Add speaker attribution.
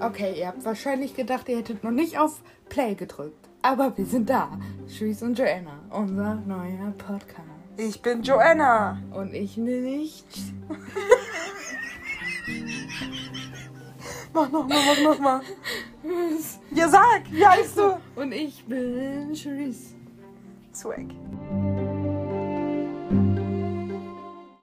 Speaker 1: Okay, ihr habt wahrscheinlich gedacht, ihr hättet noch nicht auf Play gedrückt. Aber wir sind da. Schüss und Joanna, unser neuer Podcast.
Speaker 2: Ich bin Joanna.
Speaker 1: Und ich nicht.
Speaker 2: Mach nochmal, mach nochmal. Ja, sag, wie heißt du?
Speaker 1: Und ich bin Schüss.
Speaker 2: Swag.